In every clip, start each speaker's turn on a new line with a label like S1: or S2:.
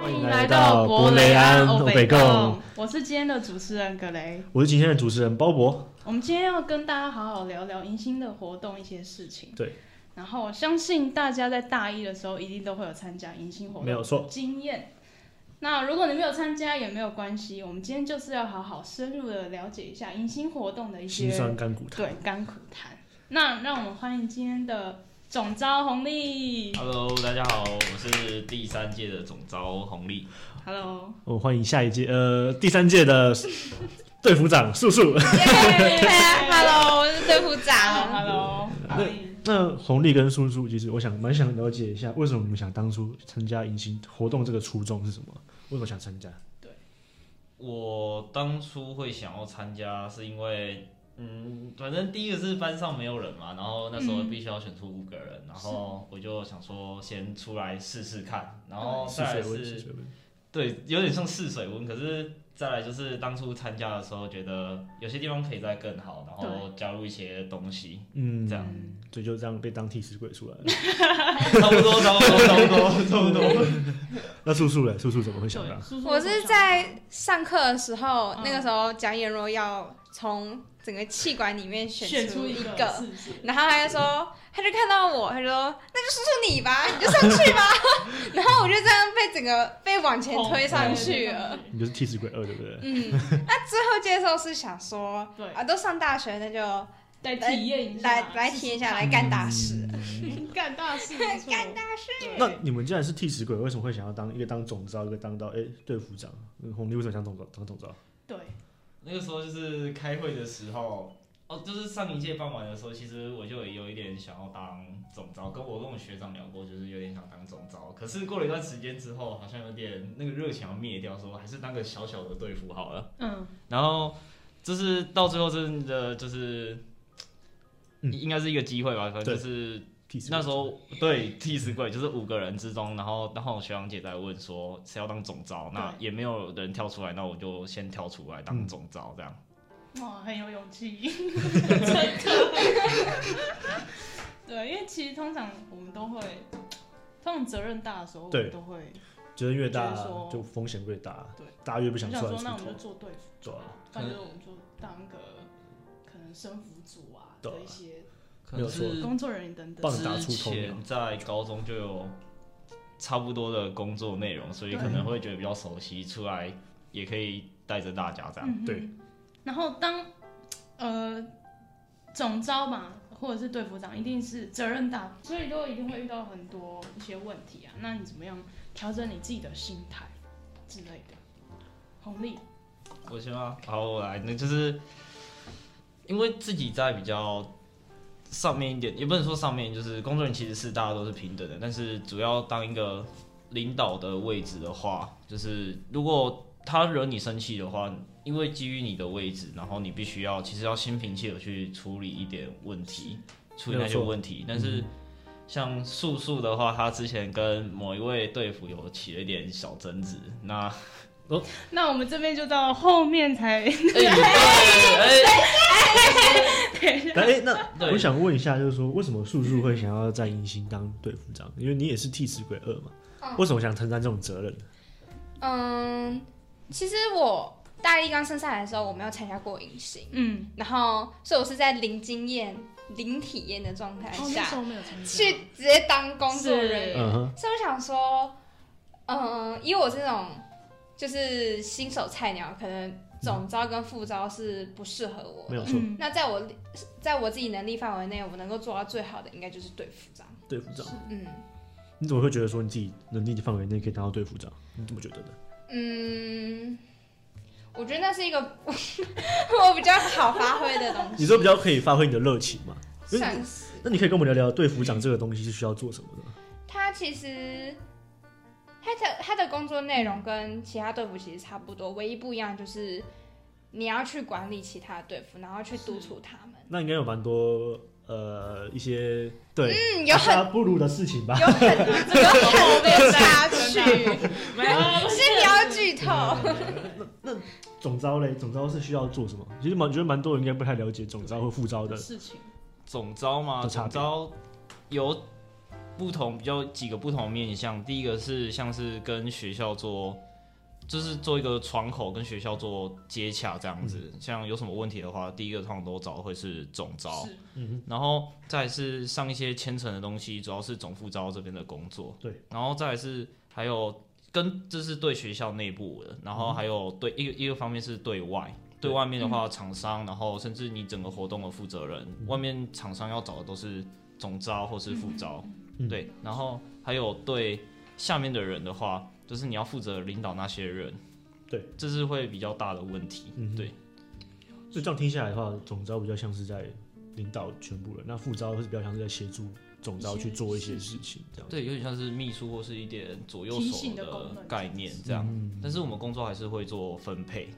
S1: 欢
S2: 迎
S1: 迎
S2: 来
S1: 来
S2: 到
S1: 到
S2: 博
S1: 博
S2: 雷
S1: 雷
S2: 安
S1: 安
S2: 欧
S1: 欧
S2: 北
S1: 北
S2: 共
S1: 共，我是今天的主持人葛雷。
S2: 我是今天的主持人鲍勃。
S1: 我们今天要跟大家好好聊聊迎新的活动一些事情。
S2: 对。
S1: 然后我相信大家在大一的时候一定都会有参加迎新活动，
S2: 没有错
S1: 经验。那如果你没有参加也没有关系，我们今天就是要好好深入的了解一下迎新活动的一些
S2: 心酸甘苦谈。
S1: 对甘苦谈。那让我们欢迎今天的总招红利
S3: Hello，大家好，我是第三届的总招红利。
S1: ，Hello，
S2: 我、哦欢迎下一届，呃，第三届的 队副长素素。
S4: 对啊，Hello，我是队副长。
S1: Hello，Hello，
S2: 对那红利跟素素，其实我想蛮想了解一下，为什么你们想当初参加迎新活动这个初衷是什么？为什么想参加？
S3: 我当初会想要参加，是因为，嗯，反正第一个是班上没有人嘛，然后那时
S2: 嗯
S3: 候必须要选出五个人，然后我就想说先出来试试看，然后
S2: 啊试
S3: 哦再来
S2: 水温，
S3: 是
S2: 试水温。
S3: 对，有点像试水温，可是再来就是当初参加的时候，觉得有些地方可以再更好，然后加入一些东西，
S2: 嗯，
S3: 这样
S2: 所以就这样被当替死鬼出来 了。
S3: 差不多，差不多，差不多，差不多。
S2: 那素素嘞，素素怎么会想
S1: 对
S2: 到？
S1: 叔叔
S4: 我是在上课的时候
S1: 嗯，
S4: 那个时候蒋演若要从整个气管里面
S1: 选
S4: 出
S1: 出一
S4: 个，
S1: 个，是不是
S4: 然后他就说，他就看到我，他就说，那就叔叔你吧，你就上去 吧。然后我就这样被整个被往前推上去了。。
S2: 你就是替死鬼二，对不对？
S4: 嗯，那最后接受是想说，
S1: 对，
S4: 啊，都上大学，那就
S1: 来体验一下，
S4: 来来体验一下，来干大事。
S1: 验， 干大事，
S4: 干大
S1: 事。
S2: 嗯那你们既然是替死鬼，为什么会想要当一个当总招，一个当到哎、队副长？嗯红利为什么想当总当总招？
S1: 对，
S3: 那个时候就是开会的时候，哦，就是上一届傍晚的时候，其实我就有一点想要当总招，跟我跟我学长聊过，就是有点想当总招。可是过了一段时间之后，好像有点那个热情要灭掉，说还是当个小小的队服好了。
S1: 嗯，
S3: 然后就是到最后真的就是，
S2: 嗯
S3: 应该是一个机会吧，反正就是
S2: 替死鬼
S3: 那时候对替死鬼就是五个人之中，然后然后学长姐在问说谁要当总招，那也没有人跳出来，那我就先跳出来当总招这样。
S1: 哇，很有勇气，真的。 对，因为其实通常我们都会，通常责任大的时候，我
S2: 对
S1: 们都会
S2: 觉得越大
S1: 就是说
S2: 就风险越大，
S1: 对，
S2: 大家越不
S1: 我
S2: 想
S1: 想
S2: 出来
S1: 说，
S2: 出
S1: 那我们就
S2: 头，
S1: 做对付，
S2: 对啊
S1: 不然就是我们就当个可能生辅组啊
S2: 对啊
S1: 的一些
S3: 可
S2: 没有
S3: 能
S2: 错
S3: 是
S1: 工作人员等等
S2: 棒。打出
S3: 之
S2: 头鸟
S3: 前在高中就有差不多的工作内容，所以可能会觉得比较熟悉，出来也可以带着大家这样。
S1: 嗯哼
S2: 对。
S1: 然后当呃总招嘛，或者是队副长，一定是责任大，所以都一定会遇到很多一些问题啊。那你怎么样调整你自己的心态之类的？红利，
S3: 我先吗？好，我来。那就是因为自己在比较上面一点，也不能说上面，就是工作人员其实是大家都是平等的，但是主要当一个领导的位置的话，就是如果他惹你生气的话，因为基于你的位置，然后你必须要其实要心平气和去处理一点问题，处理那
S2: 没有
S3: 些
S2: 错
S3: 问题，但是。像素素的话，她之前跟某一位队服有起了一点小争执，那
S1: 那我们这边就到后面才
S3: 哎哎
S1: 等一下
S2: 但哎、那
S3: 对
S2: 我想问一下，就是说为什么素素会想要在迎新当队副长？因为你也是替死鬼二嘛，
S4: 嗯
S2: 为什么想承担这种责任？
S4: 嗯，其实我大一刚升上来的时候，我没有参加过迎新，
S1: 嗯，
S4: 然后所以我是在零经验、零体验的状态
S1: 哦，那
S4: 下、
S1: 时候没有参加，嗯
S4: 去直接当工作人
S1: 对
S4: 员。
S2: 嗯哼，
S4: 所以我想说，嗯，以我这种就是新手菜鸟，可能总招跟副招是不适合我
S2: 没
S4: 的。
S2: 有错，
S1: 嗯，
S4: 那在我在我自己能力范围内，我能够做到最好的，应该就是对副长。
S2: 队副长，
S4: 嗯
S2: 你怎么会觉得说你自己能力的范围内可以当到队副长？你怎么觉得的？
S4: 嗯，我觉得那是一个 我比较好发挥的东西。
S2: 你说比较可以发挥你的热情嘛？因为
S4: 算是
S2: 那你可以跟我们聊聊队副长这个东西是需要做什么的吗？
S4: 他其实他的他的工作内容跟其他队服其实差不多，唯一不一样就是你要去管理其他队服，然后去督促他们。
S2: 那应该有蛮多呃一些对
S4: 嗯，有
S2: 大
S4: 很
S2: 家不如的事情吧？
S4: 有很有很多 差距，
S1: 没有，
S4: 是你要剧透。
S2: 总招嘞，总招是需要做什么？其实蛮觉得蛮多人应该不太了解总招或副招的
S1: 事情，
S3: 总招吗？
S2: 的差别
S3: 总招有不同比较几个不同的面向，第一个是像是跟学校做，就是做一个窗口，跟学校做接洽这样子。像有什么问题的话，第一个通常都找会是总招，
S1: 是
S2: 嗯
S3: 然后再来是上一些牵扯的东西，主要是总副招这边的工作。
S2: 对，
S3: 然后再来是还有跟这是对学校内部的，然后还有对、一个一个方面是对外。对
S2: 嗯对
S3: 外面的话，厂商，然后甚至你整个活动的负责人，
S2: 嗯
S3: 外面厂商要找的都是总招或是副招，
S2: 嗯
S3: 对，然后还有对下面的人的话，就是你要负责领导那些人，
S2: 对，
S3: 这是会比较大的问题。
S2: 嗯哼
S3: 对，
S2: 所以这样听下来的话，总招比较像是在领导全部人，那副招是比较像是在协助总招去做一些事情，这样。
S3: 对，有点像是秘书或是一点左右
S1: 提
S3: 手
S1: 醒的功能
S3: 概念这样。
S2: 嗯
S3: 但是我们工作还是会做分配。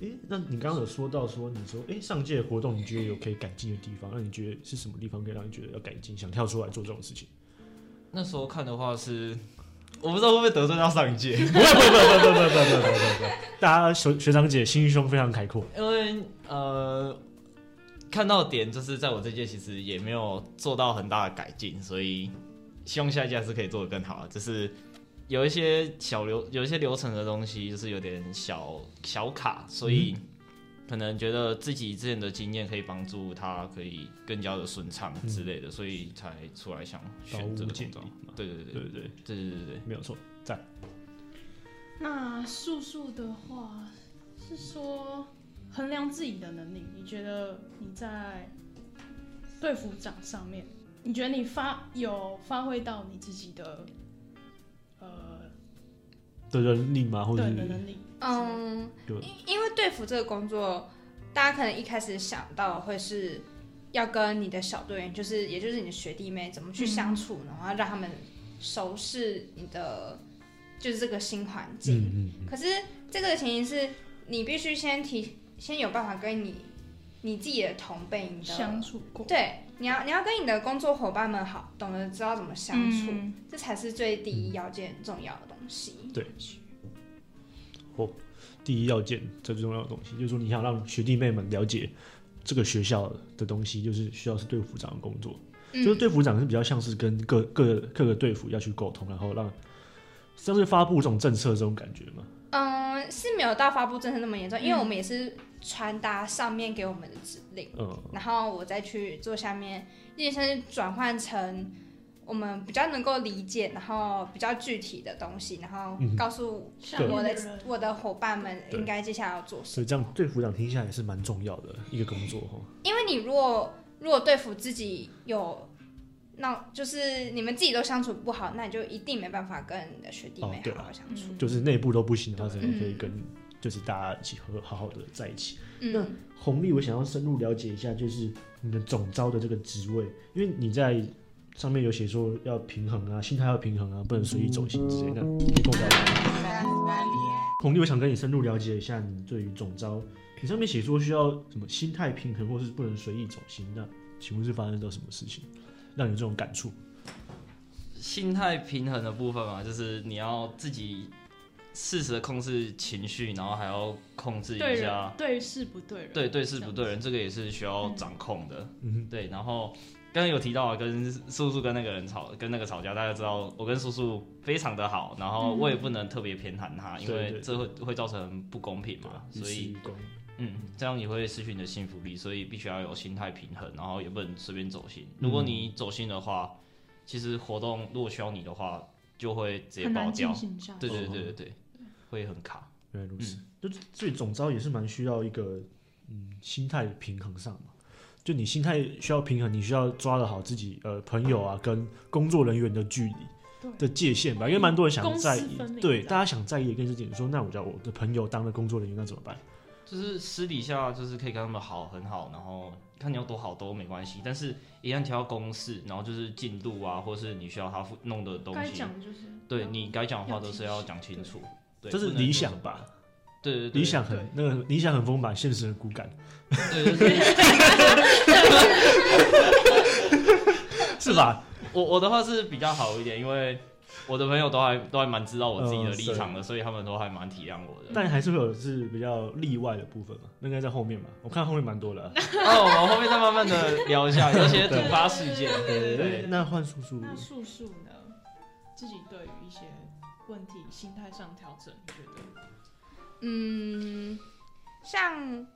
S2: 诶、那你刚刚有说到说，你说诶、上届活动你觉得有可以改进的地方，那你觉得是什么地方可以让你觉得要改进，想跳出来做这种事情？
S3: 那时候看的话是，我不知道会不会得罪到上一届，
S2: 不会不会不会不会不会不会不会不会，大家学学长姐心胸非常开阔，
S3: 因为呃，看到的点就是在我这届其实也没有做到很大的改进，所以希望下一届还是可以做得更好啊。就是有一些小流，有一些流程的东西，就是有点小小卡，所以可能觉得自己之前的经验可以帮助他，可以更加的顺畅之类的，所以才出来想
S2: 高
S3: 选
S2: 屋
S3: 这个
S2: 建
S3: 工
S2: 瓴
S3: 作。
S2: 嘛，
S3: 对对对
S2: 对
S3: 对
S2: 不对？
S3: 对对对对。
S2: 没有错，
S1: 那素素的话是说衡量自己的能力，你觉得你在对付长上面，你觉得你发有发挥到你自己的呃
S2: 的人力嘛，或者
S1: 对
S2: 是
S1: 的能力？
S4: 嗯，
S2: 对
S4: 因因为队服这个工作，大家可能一开始想到会是要跟你的小队员，就是也就是你的学弟妹怎么去相处，然后让他们熟识你的就是这个新环境。
S2: 嗯嗯嗯，
S4: 可是这个前提是你必须先提，先有办法跟你你自己的同辈、你
S1: 相
S4: 的
S1: 处过
S4: 对，你要你要跟你的工作伙伴们好，懂得知道怎么相处，
S1: 嗯
S4: 这才是最第一要件重要的东西。
S2: 对第一要件最重要的东西，就是说你想让学弟妹们了解这个学校的东西，就是需要是队服长的工作。就是
S4: 嗯，
S2: 队服长是比较像是跟各各各个队服要去沟通，然后让像是发布这种政策这种感觉嘛。
S4: 嗯，是没有到发布政策那么严重，因为
S1: 嗯
S4: 我们也是传达上面给我们的指令，
S2: 嗯，
S4: 然后我再去做下面，也像是转换成我们比较能够理解，然后比较具体的东西，然后
S2: 嗯
S4: 告诉
S1: 下
S2: 对
S1: 面
S4: 我
S1: 的
S4: 的
S1: 人
S4: 我的伙伴们
S2: 对
S4: 应该接下来要做什么。
S2: 所以这样队服长听下来是蛮重要的一个工作哈。
S4: 因为你如果如果对付自己有那就是你们自己都相处不好，那你就一定没办法跟你的学弟
S2: 哦
S4: 妹
S2: 对
S4: 好
S2: 啊
S4: 好相处。
S2: 就是内部都不行的话，
S1: 对
S2: 怎么可以跟就是大家一起和好好的在一起？那
S4: 嗯，
S2: 红利，我想要深入了解一下，就是你的总招的这个职位，因为你在上面有写说要平衡啊，心态要平衡啊，不能随意走心之类的。那你可以跟我聊聊吗。红利，我想跟你深入了解一下你对于总招，你上面写说需要什么心态平衡，或是不能随意走心，那请问是发生到什么事情，让你这种感触？
S3: 心态平衡的部分嘛，就是你要自己适时的控制情绪，然后还要控制
S1: 对
S3: 一
S1: 人
S3: 下
S1: 对事不对人，
S3: 对对事不对
S1: 这样
S3: 人，这个也是需要掌控的。
S2: 嗯哼，
S3: 对，然后刚刚有提到啊，跟叔叔跟那个人吵，跟那个吵架，大家知道我跟叔叔非常的好，然后
S1: 嗯
S3: 我也不能特别偏袒他，因
S2: 对
S3: 为
S2: 对
S3: 这会会造成不公平
S2: 对
S3: 嘛
S2: 吧，？
S3: 所以
S2: 一时光
S3: 嗯，这样也会失去你的幸福力，所以必须要有心态平衡，然后也不能随便走心。如果你走心的话，其实活动如果需要你的话，就会直接
S1: 很
S3: 爆
S1: 难
S3: 掉
S1: 进。行下去。
S3: 对对对对对，会很卡。
S2: 原来如此，
S3: 嗯
S2: 就是所以总招也是蛮需要一个嗯心态平衡上嘛。就你心态需要平衡，你需要抓得好自己呃朋友啊跟工作人员的距离
S1: 对
S2: 的界限
S3: 嗯
S2: 吧，因为蛮多人想在
S1: 公私
S2: 意
S1: 分，明
S2: 对
S1: 这样
S2: 大家想在意一件事情，说那我叫我的朋友当了工作人员那怎么办？
S3: 就是私底下就是可以跟他们好很好，然后看你要多好都没关系，但是一样提到公式，然后就是进度啊，或是你需要他付弄的东
S1: 该
S3: 西，
S1: 讲的就是
S3: 对你该讲的话都是
S1: 要
S3: 要
S1: 提
S3: 讲清楚。对，
S2: 这是
S3: 不能
S2: 理
S3: 就
S2: 想吧？
S3: 对对对，
S2: 理想很那个理想很丰满，现实很骨感，
S3: 对对对。
S2: 是吧？
S3: 我我的话是比较好一点，因为我的朋友都还都还蛮知道我自己的立场的，所以他们都还蛮体谅我 的。
S2: 但还是会有是比较例外的部分嘛，那应该在后面吧。我看后面蛮多的啊、
S3: 哦，我们后面再慢慢的聊一下，有一 些突发事件。对对对，
S2: 那换叔叔，
S1: 那素素呢？自己对于一些问题心态上调整，你觉得？
S4: 嗯，像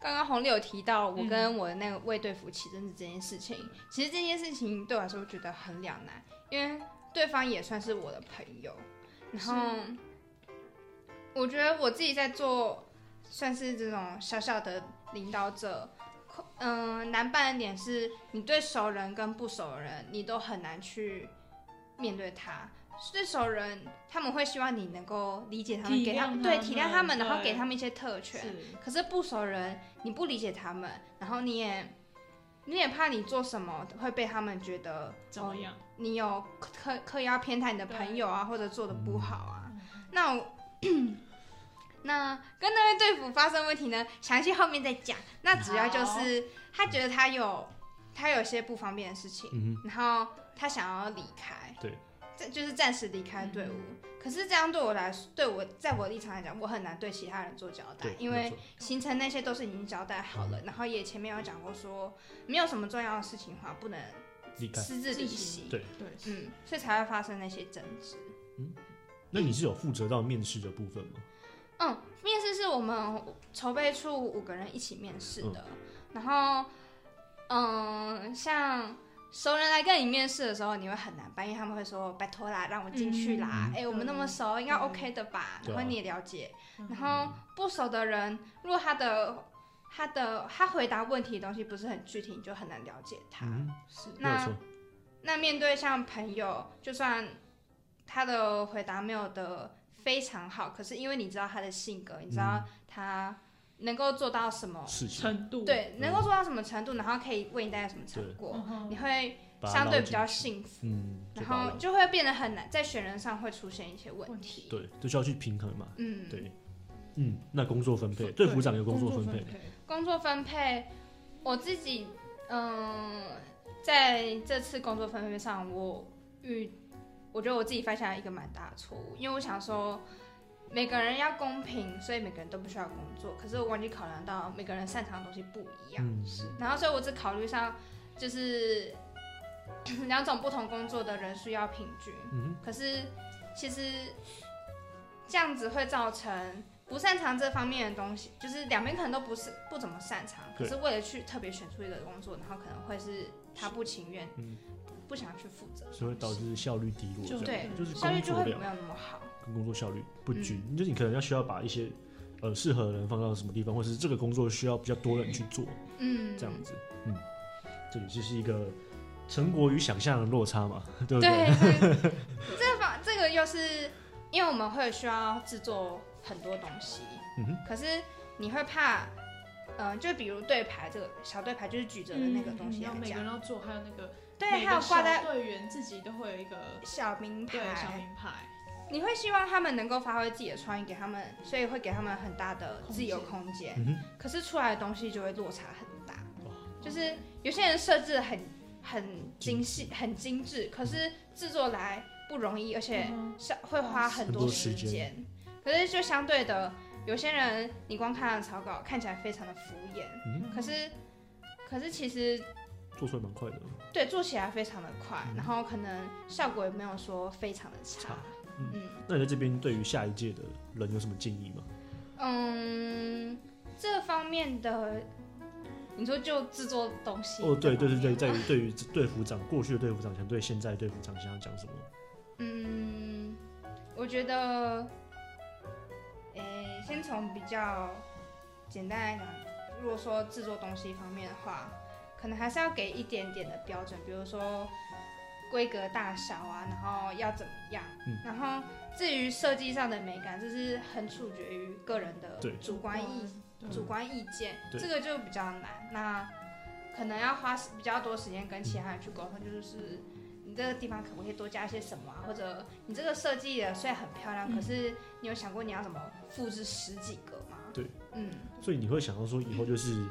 S4: 刚刚红丽有提到我
S1: 嗯
S4: 跟我那个未对付起争执这件事情，其实这件事情对我来说我觉得很两难，因为对方也算是我的朋友，然后我觉得我自己在做算是这种小小的领导者。嗯、难办的点是你对熟人跟不熟人，你都很难去面对他。对熟人，他们会希望你能够理解他们，
S1: 体
S4: 给他
S1: 谅他
S4: 们对
S1: 们
S4: 体谅他们，然后
S1: 对
S4: 给他们一些特权。
S1: 是
S4: 可是不熟人，你不理解他们，然后你也你也怕你做什么会被他们觉得
S1: 怎么样？
S4: 你有刻刻刻意要偏袒你的朋友啊，或者做的不好啊。
S2: 嗯
S4: 那我 那跟那位队服发生问题呢，详细后面再讲。那主要就是他觉得他有他有些不方便的事情，
S2: 嗯
S4: 然后他想要离开，
S2: 对，嗯
S4: 这就是暂时离开队伍。可是这样对我来说，对我在我的立场来讲，我很难对其他人做交代
S2: 对，，
S4: 因
S2: 没
S4: 为
S2: 错嗯
S4: 行程那些都是已经交代好了，然后也前面有讲过说，没有什么重要的事情的话，不能
S2: 离开。
S4: 私自离
S1: 自行
S4: 席，
S2: 对
S1: 对，
S4: 嗯，所以才会发生那些争执。
S2: 那你是有负责到面试的部分吗？
S4: 嗯，面试是我们筹备处五个人一起面试的，然后，嗯，像熟人来跟你面试的时候，你会很难办，因为他们会说拜托啦，让我进去啦，哎、我们那么熟，应该 OK 的吧？
S2: 嗯对啊啊
S4: 然后你也了解，
S1: 嗯
S4: 然后不熟的人，如果他的他的他回答问题的东西不是很具体，你就很难了解他。
S2: 嗯，
S1: 是
S2: 没有
S4: 那
S2: 错。
S4: 那面对像朋友，就算他的回答没有的非常好，可是因为你知道他的性格，你知道
S2: 嗯
S4: 他能够做到什么，
S2: 事情
S1: 程度，
S4: 对，
S2: 嗯
S4: 能够做到什么程度，然后可以为你带来什么成果
S1: 嗯，哼，
S4: 你会
S2: 把它
S4: 相对
S2: 捞
S4: 比
S2: 进
S4: 较
S2: 去
S4: 幸福，
S2: 嗯，就
S4: 然
S2: 把它
S4: 后
S2: 捞
S4: 就会变得很难，在选人上会出现一些问
S1: 问
S4: 题。
S2: 对，就需要去平衡嘛。
S4: 嗯，
S2: 对，嗯，那工作分配，队服长有工作分配嗯吗，
S4: 工作分配，我自己嗯，在这次工作分配上，我遇我觉得我自己犯下了一个蛮大的错误，因为我想说每个人要公平，所以每个人都不需要工作，可是我忘记考量到每个人擅长的东西不一样，
S2: 嗯，
S4: 然后所以我只考虑上就是 两种不同工作的人数要平均，
S2: 嗯
S4: 可是其实这样子会造成不擅长这方面的东西，就是两边可能都不是不怎么擅长，可
S2: 对
S4: 是为了去特别选出一个工作，然后可能会是他不情愿、
S2: 嗯
S4: 不想去负责，
S2: 所以会导致效率低落，
S1: 就
S2: 这样
S4: 对
S2: 就是
S4: 效率
S2: 工
S4: 就
S2: 作
S4: 会没有嗯
S2: 量
S4: 那么好。
S2: 跟工作效率不均，就是你可能要需要把一些呃适合的人放到什么地方，或是这个工作需要比较多人去做，
S4: 嗯，
S2: 这样子，嗯，这里就是一个成果与想象的落差嘛， 对不
S4: 对， 所以这方这个又是因为我们会需要制作很多东西，
S2: 嗯哼
S4: 可是你会怕。嗯、就比如对牌这个小对牌，就是举着的那个东西来
S1: 要嗯每个
S4: 讲，
S1: 人要做，还有那个
S4: 对，
S1: 每个
S4: 还有挂在
S1: 小队员自己都会有一个
S4: 小名牌，
S1: 对小名牌，
S4: 你会希望他们能够发挥自己的创意，给他们，所以会给他们很大的自由空间。
S2: 嗯哼
S4: 可是出来的东西就会落差很大
S2: 哇，
S4: 就是有些人设置得很很精细、很精致，可是制作来不容易，而且
S1: 嗯
S4: 是会花很多时
S2: 很多时
S4: 间
S2: 间。
S4: 可是就相对的，有些人你光看他的草稿看起来非常的敷衍，
S1: 哼
S4: 可是可是其实
S2: 做出来蛮快的，
S4: 对做起来非常的快，然后可能效果也没有说非常的差
S2: 差
S4: 嗯
S2: 那你在这边对于下一届的人有什么建议吗？
S4: 嗯，这方面的，你说就制作东西
S2: 哦，对对对对，
S4: 这
S2: 在
S4: 方面吗
S2: 于对于队服长过去的队服长想对现在的队服长想要讲什么？
S4: 嗯，我觉得，诶、嗯先从比较简单来讲，如果说制作东西方面的话，可能还是要给一点点的标准，比如说规格大小啊，然后要怎么样，
S2: 嗯
S4: 然后至于设计上的美感，这是很处决于个人的
S2: 对
S4: 主观意
S1: 对
S4: 主观意见，
S2: 对
S4: 这个就比较难。那可能要花时比较多时间跟其他人去沟通，就是你这个地方可不可以多加一些什么
S2: 嗯
S4: 啊？或者你这个设计的虽然很漂亮，
S1: 嗯
S4: 可是你有想过你要怎么复制十几个吗？
S2: 对，
S4: 嗯，
S2: 所以你会想要说以后就是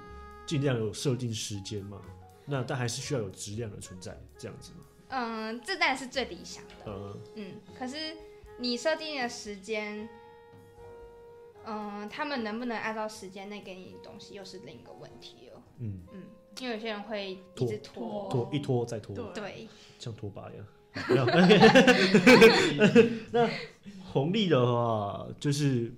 S2: 尽量有设定时间嘛？那但还是需要有质量的存在，这样子嘛？
S4: 嗯，这当然是最理想的，
S2: 嗯，
S4: 嗯，可是你设定的时间，嗯，他们能不能按照时间内给你东西，又是另一个问题了，
S2: 嗯，
S4: 嗯，因为有些人会一直拖，
S2: 拖一拖再拖，
S1: 对
S4: 对，
S2: 像拖把一样。 没有那红利的话，就是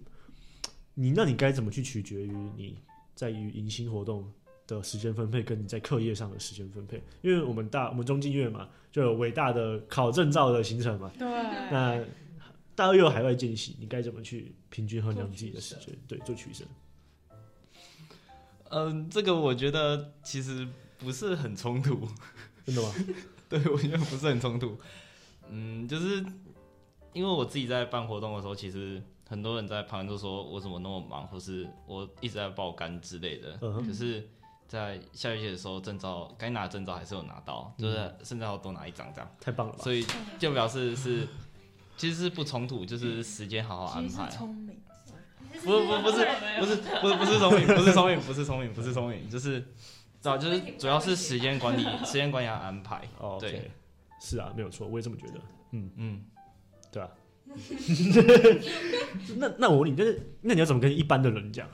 S2: 你，那你该怎么去取决于你在于迎新活动的时间分配，跟你在课业上的时间分配？因为我们大我们中经院嘛，就有伟大的考证照的行程嘛，
S1: 对，
S2: 那大二又有海外见习，你该怎么去平均衡量自己的时
S1: 做
S2: 间？对，做取舍。
S3: 嗯，这个我觉得其实不是很冲突，
S2: 真的吗？
S3: 对我觉得不是很冲突。嗯，就是因为我自己在办活动的时候，其实很多人在旁边都说我怎么那么忙，或是我一直在爆肝之类的。
S2: 嗯哼，
S3: 可是，在下学期的时候，证照该拿的证照还是有拿到，就是甚至还要多拿一张这样，
S2: 太嗯棒了吧！
S3: 所以就表示是其实是不冲突，就是时间好好安
S1: 其实
S3: 排
S2: 啊
S1: 是。聪 明，
S3: 不不不是不是不是不是聪明，不是聪明，不是聪明，不是聪明，就是，知道就是主要是时间管理，时间管理要安排。
S2: 哦，
S3: 对
S2: 对，是啊，没有错，我也这么觉得。
S3: 嗯，
S2: 对啊。那那我问你，就是那你要怎么跟一般的人讲？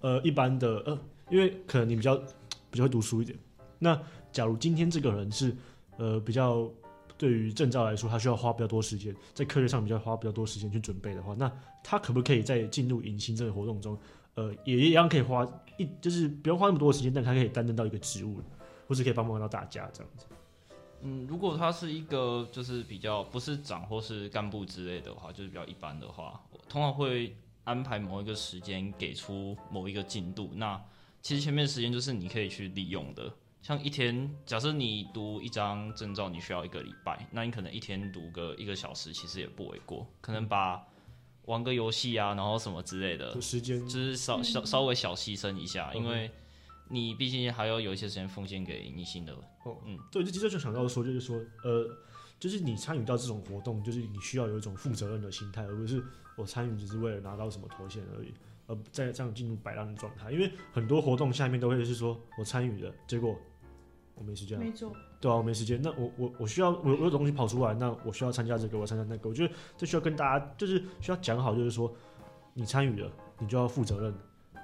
S2: 呃，一般的呃，因为可能你比较比较会读书一点。那假如今天这个人是呃比较对于证照来说，他需要花比较多时间在科学上比较花比较多时间去准备的话，那他可不可以在进入迎新这个活动中，呃，也一样可以花一就是不用花那么多的时间，但他可以担任到一个职务，或是可以帮忙到大家这样子？
S3: 嗯，如果他是一个就是比较不是长或是干部之类的话，就是比较一般的话，我通常会安排某一个时间给出某一个进度。那其实前面的时间就是你可以去利用的，像一天，假设你读一张证照，你需要一个礼拜，那你可能一天读个一个小时，其实也不为过。可能把玩个游戏啊，然后什么之类的
S2: 就，时间
S3: 就是稍稍稍微小牺牲一下，因为你毕竟还要有一些时间奉献给你新的
S2: 对，就其实就想到说，就是说，呃，就是你参与到这种活动，就是你需要有一种负责任的心态，而不是我参与只是为了拿到什么头衔而已，而在这样进入摆烂的状态。因为很多活动下面都会是说我参与了，结果我没时间啊，
S1: 没 错，
S2: 对啊，我没时间。那我我我需要我我有东西跑出来，那我需要参加这个，我参加那个。我觉得这需要跟大家就是需要讲好，就是说你参与了，你就要负责任，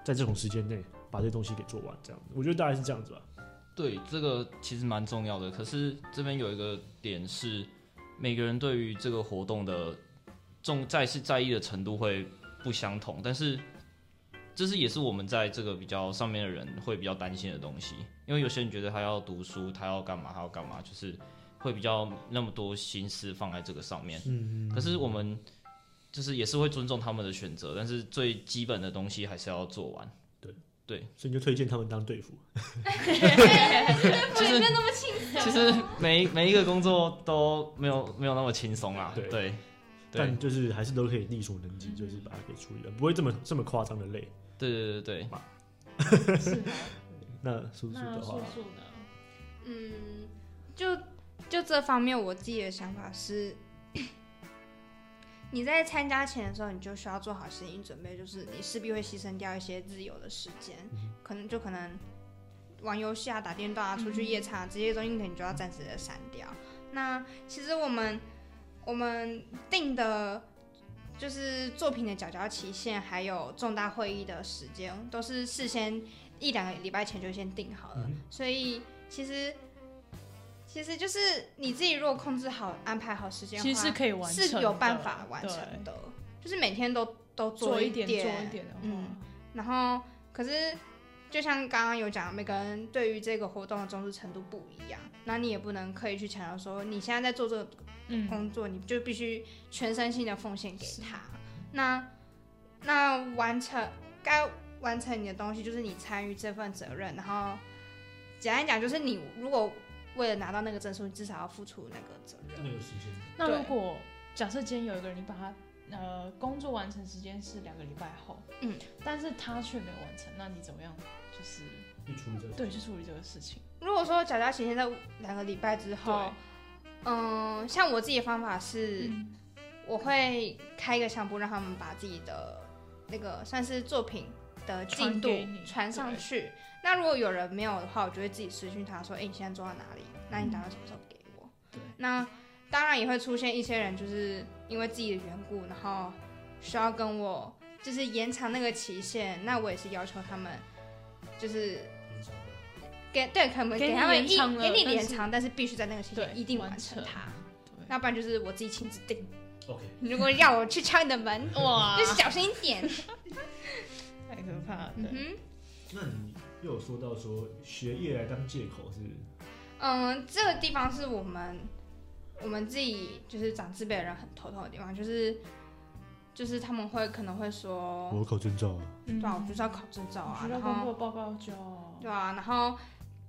S2: 在这种时间内把这些东西给做完，这样。我觉得大概是这样子吧。
S3: 对，这个其实蛮重要的。可是这边有一个点是，每个人对于这个活动的重在是在意的程度会不相同，但是这是也是我们在这个比较上面的人会比较担心的东西，因为有些人觉得他要读书，他要干嘛，他要干嘛，就是会比较那么多心思放在这个上面。嗯可是我们就是也是会尊重他们的选择，但是最基本的东西还是要做完。
S2: 所以你就推荐他们当队服。
S3: 就
S4: 不
S3: 是
S4: 能那么轻
S3: 其实每每一个工作都没有没有那么轻松啦，
S2: 对
S3: 对，对
S2: 但就是还是都可以力所能及，就是把它给处理了，不会这么这么夸张的累。
S3: 对对对对，
S1: 是 的。
S2: 那叔叔
S1: 那
S2: 的话
S1: 素，素呢？
S4: 嗯，就就这方面，我自己的想法是， 你在参加前的时候，你就需要做好心理准备，就是你势必会牺牲掉一些自由的时间，可能就可能玩游戏啊、打电动啊、出去夜场啊、这些东西，你可能就要暂时的删掉。那其实我们我们定的。就是作品的缴交期限，还有重大会议的时间，都是事先一两个礼拜前就先定好
S2: 嗯
S4: 了。所以其实其实就是你自己如果控制好、安排好时间的话，
S1: 其实是可以完成的，
S4: 是有办法完成
S1: 对，
S4: 的，就是每天都都
S1: 做
S4: 一
S1: 一点做一点的话，
S4: 嗯然后可是就像刚刚有讲，每个人对于这个活动的重视程度不一样，那你也不能刻意去强调说你现在在做这个
S1: 嗯，
S4: 工作，你就必须全身心的奉献给他。那那完成该完成你的东西，就是你参与这份责任。然后简单讲，就是你如果为了拿到那个证书，你至少要付出那个责任。
S2: 那个时间，
S1: 那
S4: 对
S1: 如果假设今天有一个人，你把他呃工作完成时间是两个礼拜后，
S4: 嗯，
S1: 但是他却没有完成，那你怎么样？就是
S2: 去处理这个
S1: 对去处理这个事情，
S4: 如果说缴交期限在两个礼拜之后，嗯，像我自己的方法是，
S1: 嗯
S4: 我会开一个相簿，让他们把自己的那个算是作品的进度
S1: 传给你
S4: 传上去。
S1: 嗯
S4: 那如果有人没有的话，我就会自己私讯他说：“哎、你现在做到哪里？那你打算什么时候给我？”那当然也会出现一些人，就是因为自己的缘故，然后需要跟我就是延长那个期限，那我也是要求他们就是给对，可能
S1: 给
S4: 给
S1: 你
S4: 他们
S1: 延
S4: 一
S1: 长了
S4: 给你
S1: 但
S4: 延
S1: 是
S4: 长，但是必须在那个期
S1: 对
S4: 限一定
S1: 完
S4: 完成
S1: 成
S4: 它，
S1: 对，
S4: 要不然就是我自己亲自定。
S2: OK，
S4: 你如果要我去敲你的门，
S1: 哇
S4: 就是小心一点。
S1: 太可怕了。
S4: 嗯
S1: 对
S4: 哼。
S2: 那你又有说到说学业来当借口是不是？
S4: 嗯，这个地方是我们我们自己就是长自辈的人很头痛的地方，就是就是他们会可能会说，
S2: 我考证照啊，
S1: 嗯
S4: 对啊，我就是要考证照啊
S1: 学，校
S4: 然
S1: 工
S4: 后
S1: 作报告就
S4: 对啊，然后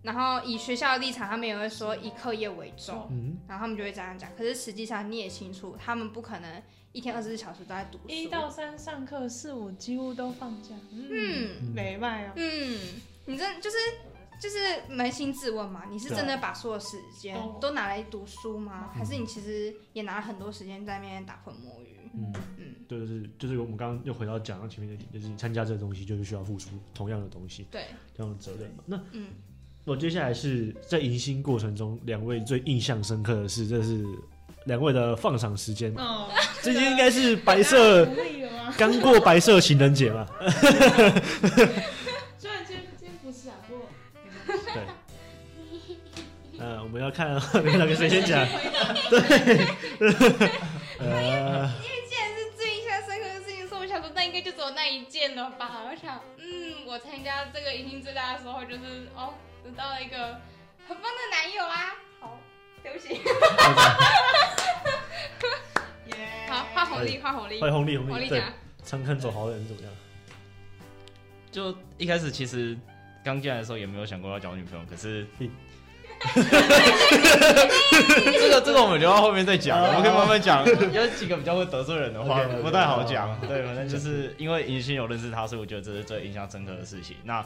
S4: 然后以学校的立场，他们也会说以课业为重，
S2: 嗯，
S4: 然后他们就会这样讲。可是实际上你也清楚，他们不可能一天二十四小时都在读书。
S1: 一到三上课，四五几乎都放假。嗯，
S4: 嗯
S1: 没卖啊，
S4: 嗯，你真就是。就是扪心自问嘛，你是
S2: 对啊
S4: 真的把所有时间
S1: 都
S4: 都拿来读书吗？还是你其实也拿了很多时间在那边打混摸鱼？
S2: 嗯
S4: 嗯，
S2: 对，就是就是我们刚刚又回到讲到前面的点，就是你参加这个东西就是需要付出同样的东西，
S4: 对，
S2: 同样的责任嘛。那
S4: 嗯，
S2: 我接下来是在迎新过程中，两位最印象深刻的事，这是两位的放赏时间嘛，
S1: 哦，
S2: 这些应该是白色
S1: 福利了啊吗？
S2: 刚过白色情人节嘛，
S1: 虽然今天今天不是啊，不过
S2: 对。呃，我们要看 哪个谁先讲。对，呃，
S4: 哎既然是最印象深刻的事情，所以我想说，那应该就只有那一件了吧？我想，嗯，我参加这个迎新最大的时候，就是哦，得到了一个很棒的男友啊。好，对不起，
S1: 耶
S4: 好，画红利，画红利，
S2: 欢迎红利，红
S4: 红
S2: 利，
S4: 利
S2: 对，
S4: 讲，
S2: 常看走好人怎么样？
S3: 就一开始其实刚进来的时候也没有想过要交女朋友，可是
S2: 嗯。
S3: 这个这个我们留到后面再讲，
S2: 哦
S3: 我们可以慢慢 讲。有几个比较会得罪人的话
S2: OK，OK，
S3: 不太好
S2: 好
S3: 讲。对，反正 就是因为迎新有认识他，所以我觉得这是最印象深刻的事情。那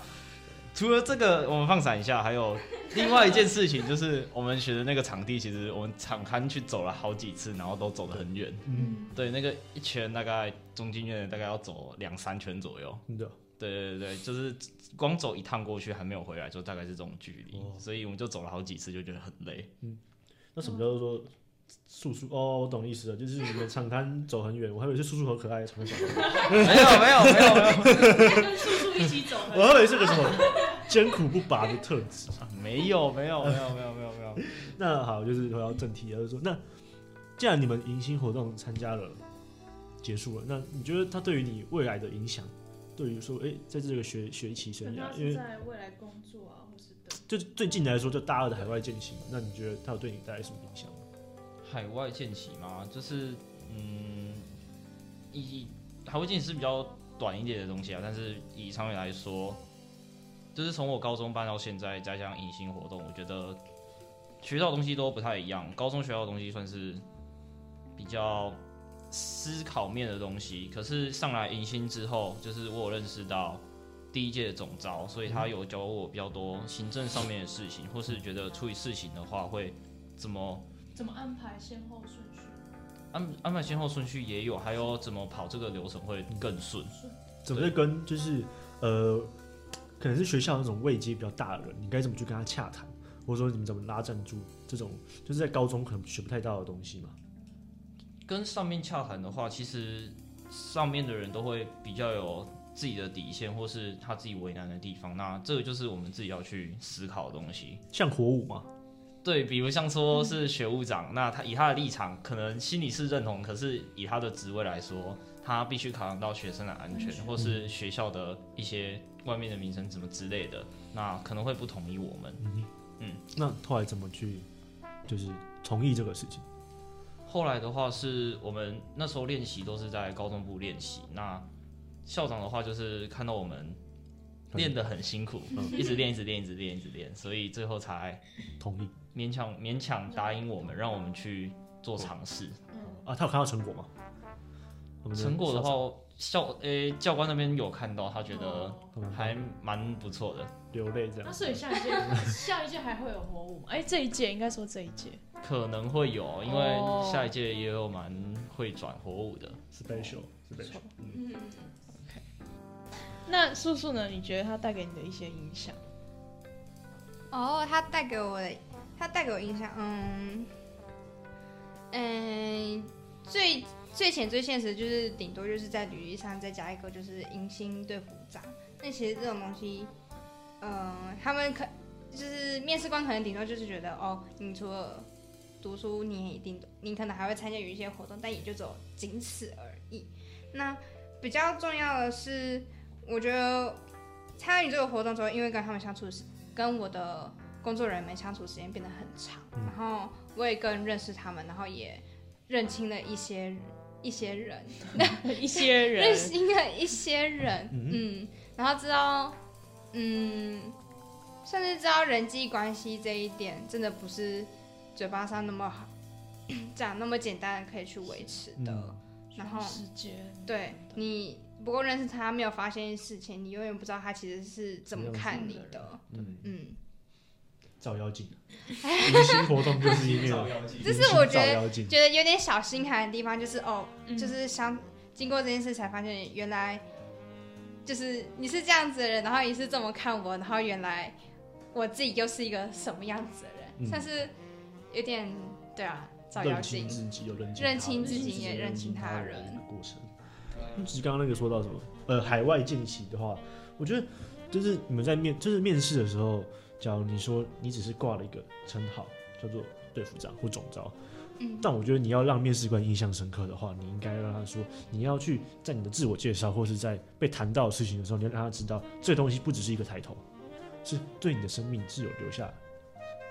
S3: 除了这个，我们放闪一下，还有另外一件事情，就是我们学的那个场地，其实我们场刊去走了好几次，然后都走得很远。
S2: 嗯，
S3: 对，那个一圈大概中经院大概要走两三圈左右。
S2: 真的，
S3: 对对对，就是光走一趟过去还没有回来，就大概是这种距离，
S2: 哦
S3: 所以我们就走了好几次，就觉得很累。
S2: 那什么叫做说素素？哦，我懂意思了，就是你们场刊走很远，我还以为是素素好可爱，场刊小 可爱，
S3: 没有没有没有没有，
S1: 跟叔叔一起走的。
S2: 我还以为是个什么艰苦不拔的特质。
S3: 没有没有没有没有没有没有，
S2: 那好，就是回到正题，就是说，那既然你们迎新活动参加了，结束了，那你觉得它对于你未来的影响？对于说，哎、在这个学学期生
S1: 可能
S2: 涯
S1: 他，
S2: 因
S1: 是
S2: 为
S1: 在未来工作啊，或是等
S2: 就最近来说，就大二的海外见习嘛，那你觉得它有对你带来什么影响？
S3: 海外见习嘛，就是嗯，以海外见习是比较短一点的东西啊，但是以长远来说，就是从我高中办到现在，加上迎新活动，我觉得学到的东西都不太一样。高中学到的东西算是比较思考面的东西，可是上来迎新之后，就是我有认识到第一届的总招，所以他有教我比较多行政上面的事情，或是觉得处理事情的话会怎么。
S1: 怎么安排先后顺序，
S3: 安安排先后顺序也有，还有怎么跑这个流程会更顺。
S1: 顺
S2: 怎么会跟就是呃，可能是学校那种位阶比较大的人，你该怎么去跟他洽谈，或者说你们怎么拉赞助这种，就是在高中可能学不太到的东西嘛。
S3: 跟上面洽谈的话，其实上面的人都会比较有自己的底线，或是他自己为难的地方。那这个就是我们自己要去思考的东西。
S2: 像火舞嘛，
S3: 对，比如像说是学务长，那他以他的立场，可能心里是认同，可是以他的职位来说，他必须考量到学生的安全，或是学校的一些外面的名声什么之类的，那可能会不同意我们。
S2: 那后来怎么去就是同意这个事情？
S3: 后来的话是我们那时候练习都是在高中部练习，那校长的话就是看到我们练得很辛苦，一直练一直练一直练一直练，所以最后才
S2: 同意
S3: 勉强勉强答应我们，让我们去做尝试。
S1: 嗯哦
S2: 啊？他有看到成果吗？我们
S3: 成果的
S2: 校
S3: 话，校诶、教官那边有看到，他觉得
S1: 哦
S2: 长，
S3: 还蛮不错的。
S2: 嗯流泪这
S1: 那
S2: 样。
S1: 所以下一届，下一届还会有火舞吗？哎、这一届应该说这一届，
S3: 可能会有，因为
S1: 哦
S3: 下一届也有蛮会转火舞的。
S2: special
S1: 不错
S2: special，。
S4: 嗯，
S1: 那素素呢？你觉得它带给你的一些影 响？
S4: 哦，他带给我的，他带给我印象，嗯，嗯，最最浅最现实就是顶多就是在履历上再加一个就是迎新队服长。那其实这种东西，嗯，他们可就是面试官可能顶多就是觉得哦，你除了读书，你也一定你可能还会参加一些活动，但也就只有仅此而已。那比较重要的是，我觉得参与这个活动之后，因为跟他们相处的时，跟我的工作人员们相处时间变得很长，然后我也更认识他们，然后也认清了一些一些人，
S1: 一些
S4: 认
S1: 人
S4: 识了一些人，嗯，然后知道，嗯，甚至知道人际关系这一点，真的不是嘴巴上那么好讲那么简单可以去维持的。然后，
S1: 世界
S4: 对你不过认识他，没有发现事情，你永远不知道他其实是怎么看你的。
S2: 嗯，
S4: 嗯，
S2: 照妖镜，迎新活动就是一面，
S4: 这是我觉
S2: 迎新
S4: 得
S2: 照妖镜，
S4: 觉得有点小心寒的地方，就是哦，
S1: 嗯
S4: 就是想经过这件事才发现，原来就是你是这样子的人，然后你是这么看我，然后原来我自己又是一个什么样子的人，
S2: 嗯
S4: 算是有点对啊，照妖
S2: 认清。
S4: 镜
S2: 自己，有认清
S4: 认清
S2: 他人
S1: 自己
S2: 自己
S4: 也认清他人
S2: 的过程。只是刚刚那个说到什么？呃，海外见习的话，我觉得就是你们在面，就是面试的时候，假如你说你只是挂了一个称号，叫做队副长或总招，
S4: 嗯
S2: 但我觉得你要让面试官印象深刻的话，你应该让他说，你要去在你的自我介绍或是在被谈到的事情的时候，你要让他知道这东西不只是一个抬头，是对你的生命是有留下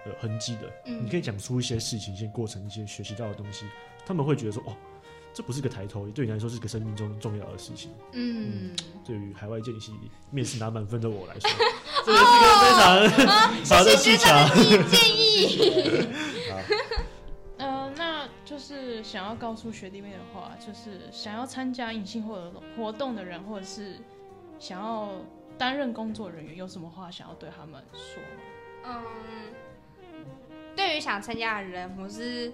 S2: 呃痕迹的。
S4: 嗯
S2: 你可以讲出一些事情、一些过程、一些学习到的东西，他们会觉得说，哦，这不是个抬头，对你来说是个生命中重要的事情。
S4: 嗯，
S2: 对于海外见习面试拿满分的我来说，这个是个非常 少的技巧。
S1: 呃，那就是想要告诉学弟妹的话，就是想要参加隐性或者活动的人，或者是想要担任工作人员，有什么话想要对他们说吗？
S4: 嗯，对于想参加的人，我是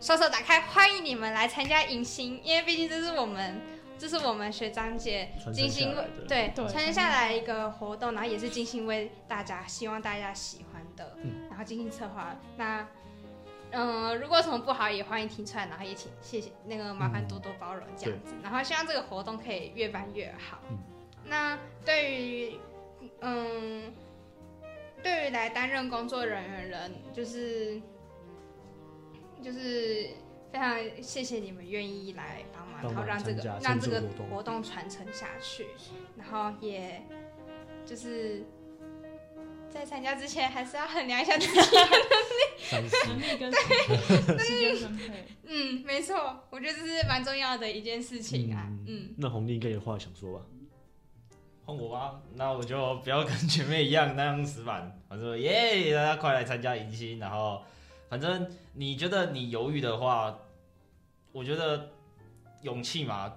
S4: 双手打开，欢迎你们来参加迎新，因为毕竟这是我们，这是我们学长姐
S2: 传承
S4: 精心
S2: 下来
S4: 为
S2: 的
S4: 对
S1: 对
S4: 传承下来一个活动，然后也是精心为大家，希望大家喜欢的，
S2: 嗯
S4: 然后精心策划。那嗯、呃如果有什么不好也欢迎提出来，然后也请谢谢那个麻烦
S2: 嗯
S4: 多多包容这样子。然后希望这个活动可以越办越好。
S2: 嗯
S4: 那对于嗯，对于来担任工作人员的人，就是就是非常谢谢你们愿意来帮
S2: 帮
S4: 忙，然
S2: 忙
S4: 后让这个
S2: 参加
S4: 让
S2: 参
S4: 这
S2: 与
S4: 个
S2: 活动
S4: 活动传承下去，然后也就是。在参加之前，还是要衡量一下自己。
S2: 三思
S1: 能力跟时间分配，
S4: 嗯，没错，我觉得这是蛮重要的一件事情啊。嗯，
S2: 那红丽应该有话想说吧？
S3: 换我吧，那我就不要跟前面一样那样死板， 反正耶，大家快来参加迎新，然后反正你觉得你犹豫的话，我觉得勇气嘛，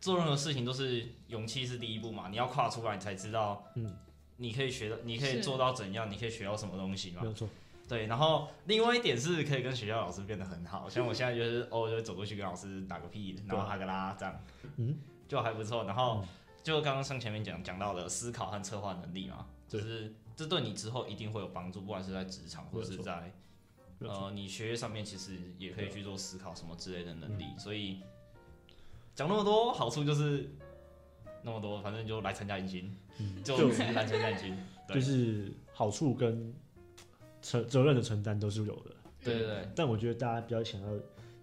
S3: 做任何事情都是勇气是第一步嘛，你要跨出来，你才知道，
S2: 嗯，
S3: 你可以学到，你可以
S1: 是
S3: 做到怎样，你可以学到什么东西嘛
S2: 没。有错，
S3: 对，然后另外一点是可以跟学校老师变得很好，像我现在就是偶尔就会走过去跟老师打个屁，然后哈个啦这样，
S2: 嗯，
S3: 就还不错。然后
S2: 嗯
S3: 就刚刚上前面讲讲到的思考和策划能力嘛，
S2: 对
S3: 就是这对你之后一定会有帮助，不管是在职场或者
S2: 没
S3: 是
S2: 有错
S3: 在
S2: 没有错啊
S3: 呃你学业上面，其实也可以去做思考什么之类的能力。
S2: 嗯
S3: 所以讲那么多好处就是那么多，反正就来参加迎新，
S2: 嗯，
S3: 就
S2: 就
S3: 直接来参加迎新。对
S2: 就是好处跟承责任的承担都是有的，
S3: 对对对，
S2: 但我觉得大家比较想要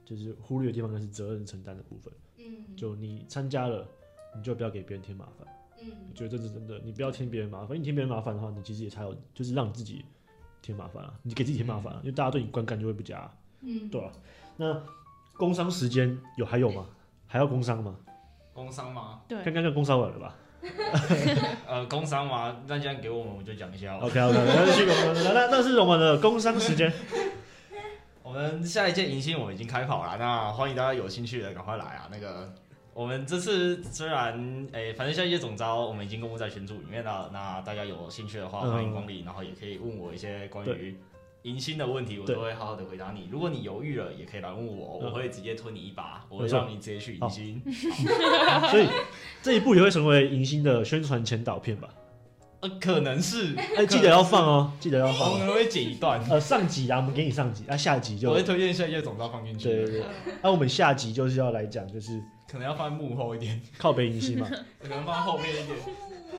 S2: 就是忽略的地方，就是责任承担的部分。
S4: 嗯
S2: 就你参加了，你就不要给别人添麻烦。我
S4: 嗯
S2: 觉得这是真的，你不要添别人麻烦，你添别人麻烦的话，你其实也才有就是让你自己添麻烦啊，你给自己添麻烦、啊，因为大家对你观感就会不佳啊、
S4: 嗯，
S2: 对吧、那工伤时间有还有吗？还要工伤吗？
S3: 工商吗？
S1: 对
S2: 刚，刚刚工伤完了吧
S3: 呃，工商嘛，那既然给我们，我就讲一下哦。
S2: ？OK OK，那继续工伤，那那那是我们的工伤时间。
S3: 我们下一届迎新我们已经开跑了，那欢迎大家有兴趣的赶快来啊！那个，我们这次虽然诶、反正下一届总招我们已经公布在群组里面了，那大家有兴趣的话
S2: 嗯
S3: 欢迎光临，然后也可以问我一些关于迎新的问题，我
S2: 对
S3: 都会好好的回答你。如果你犹豫了，也可以来问我，
S2: 嗯
S3: 我会直接推你一把，我
S2: 没
S3: 会
S2: 错
S3: 让你直接去迎新。
S2: 所以这一部也会成为迎新的宣传前导片吧？
S3: 呃，可能是，
S2: 哎，记得要放哦，记得要
S3: 我
S2: 放。
S3: 们会剪一段，
S2: 呃，上集啊，我们给你上集，啊，下集就
S3: 我会推荐一下叶总照放进去，
S2: 对对对。那我们下集就是要来讲，就是
S3: 可能要放在幕后一点，
S2: 靠北迎新嘛。
S3: 可能放后面一点。